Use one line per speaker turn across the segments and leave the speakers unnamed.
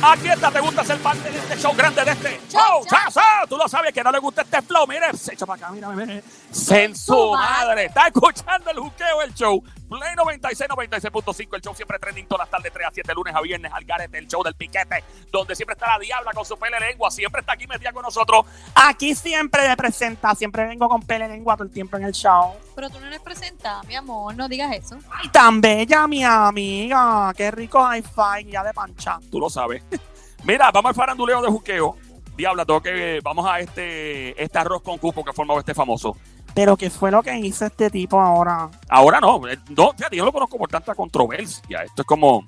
Aquí está, te gusta ser parte de este show grande de este show.
Show,
Cha, cha. Tú lo sabes que no le gusta este flow. Mire, se echa para acá, mira, mira. Sen su madre. Está escuchando el juqueo, el show. Play 96, 96.5. El show siempre trending todas las tardes, 3 a 7, lunes a viernes. Al garete, el show del piquete. Donde siempre está la diabla con su pele lengua. Siempre está aquí metida con nosotros.
Aquí siempre de presenta, siempre vengo con pele lengua todo el tiempo en el show.
Pero tú no eres presentada, mi amor, no digas eso.
Ay, tan bella mi amiga, qué rico high five ya de pancha.
Tú lo sabes. Mira, vamos al faranduleo de juqueo. Diabla, tengo que. Vamos a este, este arroz con cupo que ha formado este famoso.
Pero qué fue lo que hizo este tipo ahora.
Ahora no, eh, no, fíjate, yo no lo conozco por tanta controversia. Esto es como,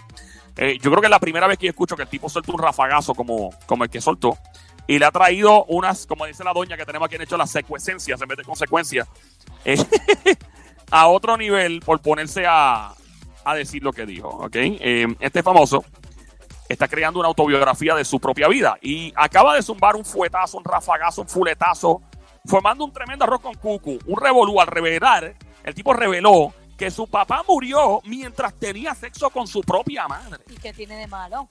eh, yo creo que es la primera vez que yo escucho que el tipo suelta un rafagazo como, como el que soltó. Y le ha traído unas, como dice la doña que tenemos aquí en hecho, las secuencias en vez de consecuencias, eh, a otro nivel por ponerse a, a decir lo que dijo. ¿ok? Eh, este famoso está creando una autobiografía de su propia vida y acaba de zumbar un fuetazo, un rafagazo, un fuletazo, formando un tremendo arroz con cucu, un revolú al revelar, el tipo reveló que su papá murió mientras tenía sexo con su propia madre.
¿Y qué tiene de malo?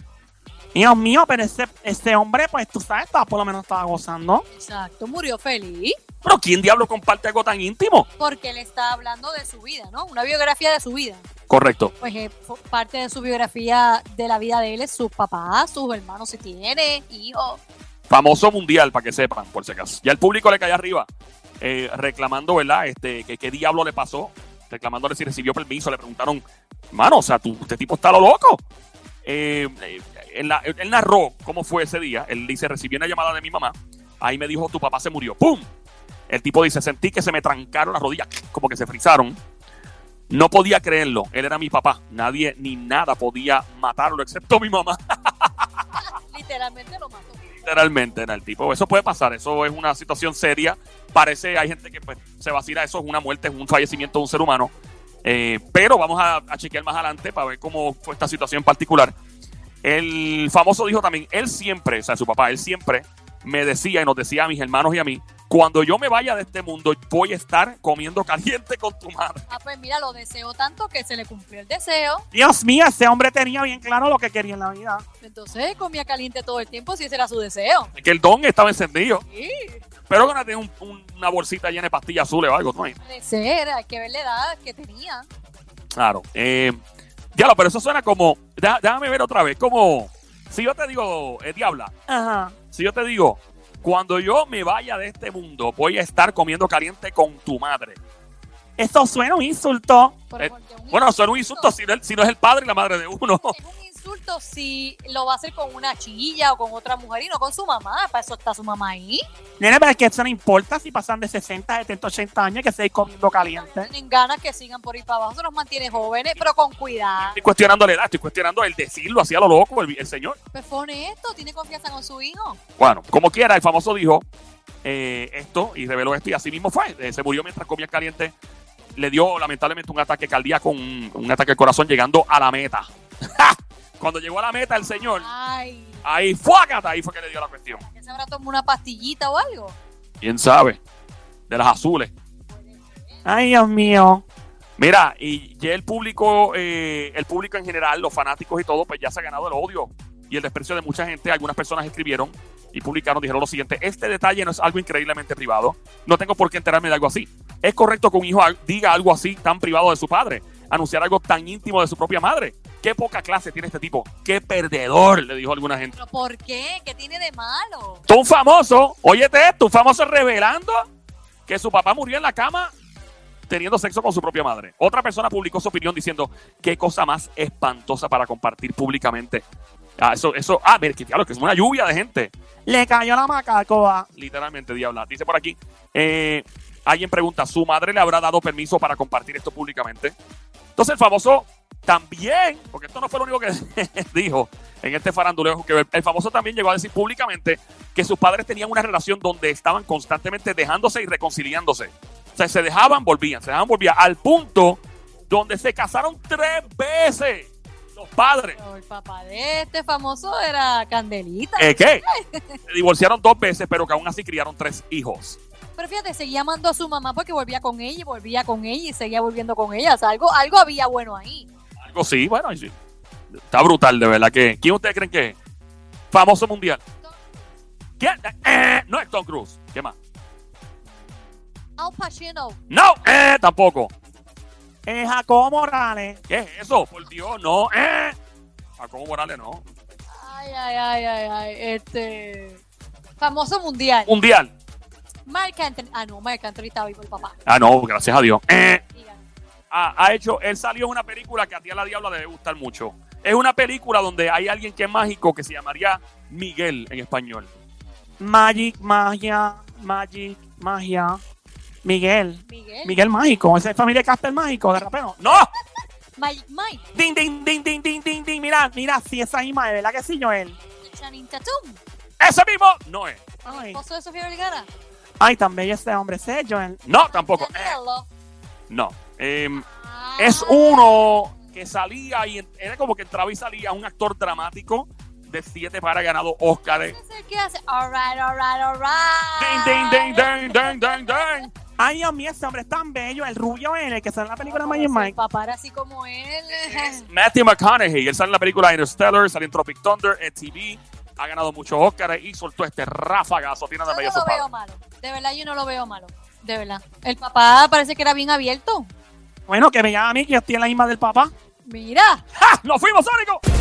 Dios mío, pero ese, ese hombre, pues tú sabes, estaba- por lo menos estaba gozando.
Exacto, murió feliz
Pero ¿quién diablo comparte algo tan íntimo?
porque él está hablando de su vida, ¿no? Una biografía de su vida.
Correcto.
Pues eh, fue parte de su biografía de la vida de él es sus papás, sus hermanos si tiene, hijos.
Famoso mundial, para que sepan, por si acaso. Ya el público le cae arriba, eh, reclamando, ¿verdad? Este, que qué diablo le pasó, reclamándole si recibió permiso, le preguntaron, mano, o sea, tú, este tipo está lo loco. Eh, eh, él, la- él narró cómo fue ese día. Él dice, recibí una llamada de mi mamá. Ahí me dijo, tu papá se murió. ¡Pum! El tipo dice, sentí que se me trancaron las rodillas, como que se frizaron. No podía creerlo. Él era mi papá. Nadie ni nada podía matarlo, excepto mi mamá.
Literalmente lo mató.
Literalmente, era el tipo. Eso puede pasar. Eso es una situación seria. Parece, hay gente que pues, se vacila. Eso es una muerte, es un fallecimiento de un ser humano. Eh, pero vamos a, a chequear más adelante para ver cómo fue esta situación en particular. El famoso dijo también, él siempre, o sea, su papá, él siempre me decía y nos decía a mis hermanos y a mí, cuando yo me vaya de este mundo, voy a estar comiendo caliente con tu madre.
Ah, pues mira, lo deseó tanto que se le cumplió el deseo.
Dios mío, ese hombre tenía bien claro lo que quería en la vida.
Entonces comía caliente todo el tiempo si ese era su deseo.
Que el don estaba encendido.
Sí,
Pero que no tenía un- un- una bolsita llena de pastillas azules o algo, ¿no?
puede ser, hay que ver la edad que tenía.
Claro. Eh, diablo, pero eso suena como. deja- déjame ver otra vez. Como. Si yo te digo, eh, Diabla,
Ajá.
si yo te digo, cuando yo me vaya de este mundo, voy a estar comiendo caliente con tu madre.
Eso suena un insulto.
Pero
Eh,
porque un
Bueno, suena un insulto si no, es- si no es el padre y la madre de uno.
es un insulto si lo va a hacer con una chilla o con otra mujer y no con su mamá. Para eso está su mamá ahí.
Nene, pero es que eso no importa si pasan de 60, 70, 80 años que se ir comiendo caliente.
Tienen ganas que sigan por ahí para abajo. Eso los mantiene jóvenes, pero con cuidado.
Estoy cuestionando la edad, estoy cuestionando el decirlo así a lo loco, el, el señor.
Pues fue honesto, tiene confianza con su hijo.
Bueno, como quiera, el famoso dijo eh, esto y reveló esto y así mismo fue. Eh, se murió mientras comía caliente. Le dio lamentablemente un ataque cardíaco, un, un ataque al corazón llegando a la meta. ¡Ja! Cuando llegó a la meta el señor,
Ay,
ahí fuácata, ahí fue que le dio la cuestión.
¿a qué se habrá tomado una pastillita o algo?
¿Quién sabe? De las azules.
Ay, Dios mío.
Mira, y ya el público, eh, el público en general, los fanáticos y todo, pues ya se ha ganado el odio y el desprecio de mucha gente. Algunas personas escribieron y publicaron, dijeron lo siguiente: Este detalle no es algo increíblemente privado. No tengo por qué enterarme de algo así. Es correcto que un hijo al- diga algo así tan privado de su padre, anunciar algo tan íntimo de su propia madre. Qué poca clase tiene este tipo. Qué perdedor, le dijo alguna gente.
¿Pero por qué? ¿Qué tiene de malo?
Tú un famoso, óyete esto, un famoso revelando que su papá murió en la cama teniendo sexo con su propia madre. Otra persona publicó su opinión diciendo qué cosa más espantosa para compartir públicamente. Ah, eso, eso, ah, ver, que diablo, que es una lluvia de gente.
Le cayó la macacoa.
Literalmente, diabla. Dice por aquí, eh, alguien pregunta, ¿su madre le habrá dado permiso para compartir esto públicamente? Entonces el famoso también, porque esto no fue lo único que dijo, en este faranduleo. Que el famoso también llegó a decir públicamente que sus padres tenían una relación donde estaban constantemente dejándose y reconciliándose. O sea, se dejaban, volvían, se dejaban, volvían. Al punto donde se casaron tres veces los padres.
Pero el papá de este famoso era Candelita.
¿Eh, ¿Qué? Se divorciaron dos veces, pero que aún así criaron tres hijos.
Pero fíjate, seguía amando a su mamá porque volvía con ella y volvía con ella y seguía volviendo con ella. O sea, algo, algo había bueno ahí.
Algo sí, bueno, sí. Está brutal, de verdad. que ¿Quién ustedes creen que es? Famoso mundial. ¿Quién? Eh, no es Tom Cruise. ¿Qué más?
Al Pacino.
No, eh, tampoco.
Es Jacobo Morales.
¿Qué es eso? Por Dios, no. Eh. Jacobo Morales, no.
Ay, ay, ay, ay, ay. Este. Famoso mundial.
Mundial.
Marc Anthony. Ah, no, Marc Anthony estaba vivo el papá.
Ah, no, gracias a Dios. Eh.
Y ganó.
Ah, ha hecho, él salió en una película que a ti a la diabla debe gustar mucho. Es una película donde hay alguien que es mágico que se llamaría Miguel en español.
Magic, magia, magic, magia. Miguel.
Miguel.
Miguel Mágico. Esa es familia de Casper Mágico, de rapero.
¡No!
Magic Mike.
Ding, ding, ding, ding, ding, ding, ding. Mira, mira, sí, esa misma, de verdad que sí, Joel.
Channing Tatum.
¡Ese mismo! No es.
Ay,
Esposo de Sofía Vergara.
ay, tan bello este hombre, ese es Joel.
No, tampoco. Eh,
Canelo.
no. Em, es uno que salía y en- era como que entraba y salía un actor dramático de siete para ganado Oscar.
Ese es el que hace. Alright, alright,
Ding,
alright.
ding, ding, ding, ding, ding, ding.
Ay, Dios mío, ese hombre es tan bello, el rubio él, el que sale en la película
Como
Magic
su
Mike.
Papá era así como él.
Es Matthew McConaughey. Él sale en la película Interstellar, sale en Tropic Thunder, en TV. Ha ganado muchos Oscars y soltó este ráfagazo. Tiene
Yo
de
no
medio
lo veo malo. De verdad, yo no lo veo malo. De verdad. El papá parece que era bien abierto.
Bueno, que me llama a mí, que yo estoy en la misma del papá.
Mira.
¡Ja! ¡Nos fuimos, Sónico!